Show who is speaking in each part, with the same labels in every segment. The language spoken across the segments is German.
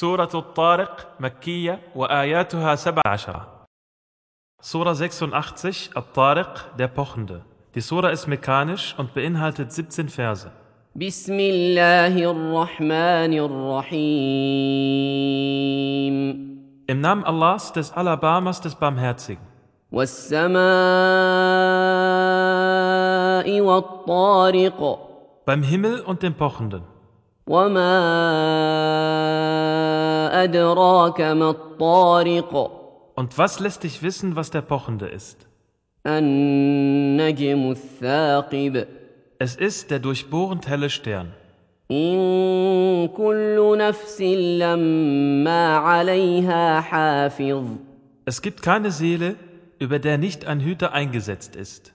Speaker 1: Surat al-Tariq, Makkiya, wa ayatuha sab'ashara. Sura 86, al-Tariq, der Pochende. Die Sura ist mekanisch und beinhaltet 17 Verse.
Speaker 2: بسم الله الرحمن الرحيم
Speaker 1: Im Namen Allahs, des Alabamas, des Barmherzigen.
Speaker 2: والسماء والطارق
Speaker 1: Beim Himmel und dem Pochenden.
Speaker 2: وما أدراك ما الطارق
Speaker 1: Und was lässt dich wissen, was der Pochende ist?
Speaker 2: النجم الثاقب
Speaker 1: Es ist der durchbohrend helle Stern.
Speaker 2: إن كل نفس لما عليها حافظ
Speaker 1: Es gibt keine Seele, über der nicht ein Hüter eingesetzt ist.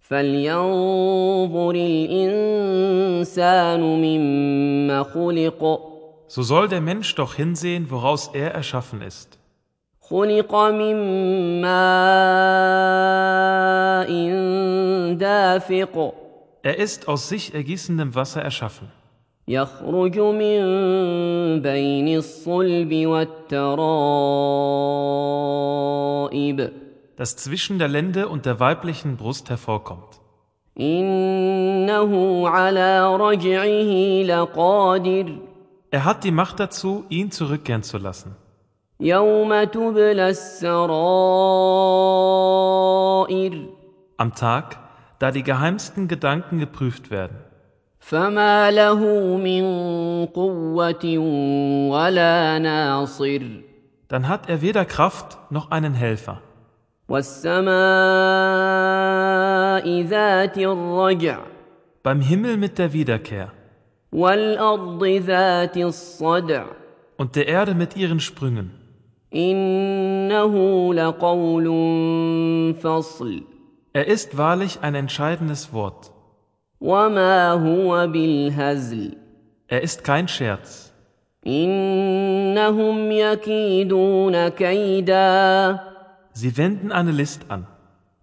Speaker 2: فلينظر الإنسان مما خلق
Speaker 1: So soll der Mensch doch hinsehen, woraus er erschaffen ist.
Speaker 2: خلق من ماء دافق
Speaker 1: Er ist aus sich ergießendem Wasser erschaffen.
Speaker 2: يخرج من بين الصلب والترائب
Speaker 1: das zwischen der Lende und der weiblichen Brust hervorkommt.
Speaker 2: إنه على رجعه لقادر
Speaker 1: Er hat die Macht dazu, ihn zurückkehren zu lassen.
Speaker 2: يوم تبلى السرائر
Speaker 1: Am Tag, da die geheimsten Gedanken geprüft werden.
Speaker 2: فما له من قوة ولا ناصر
Speaker 1: Dann hat er weder Kraft noch einen Helfer.
Speaker 2: والسماء ذات الرجع
Speaker 1: Beim Himmel mit der Wiederkehr
Speaker 2: والأرض ذات الصدع
Speaker 1: und der Erde mit ihren Sprüngen.
Speaker 2: إنه لقول فصل
Speaker 1: Er ist wahrlich ein entscheidendes Wort.
Speaker 2: وما هو بالهزل
Speaker 1: Er ist kein Scherz.
Speaker 2: إنهم يكيدون كيدا
Speaker 1: Sie wenden eine List an.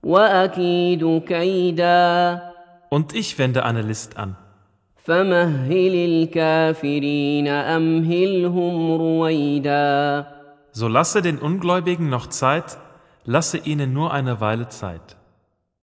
Speaker 2: وأكيد كيدا
Speaker 1: Und ich wende eine List an.
Speaker 2: فمهل الكافرين أمهلهم رويدا
Speaker 1: So lasse den Ungläubigen noch Zeit, lasse ihnen nur eine Weile Zeit.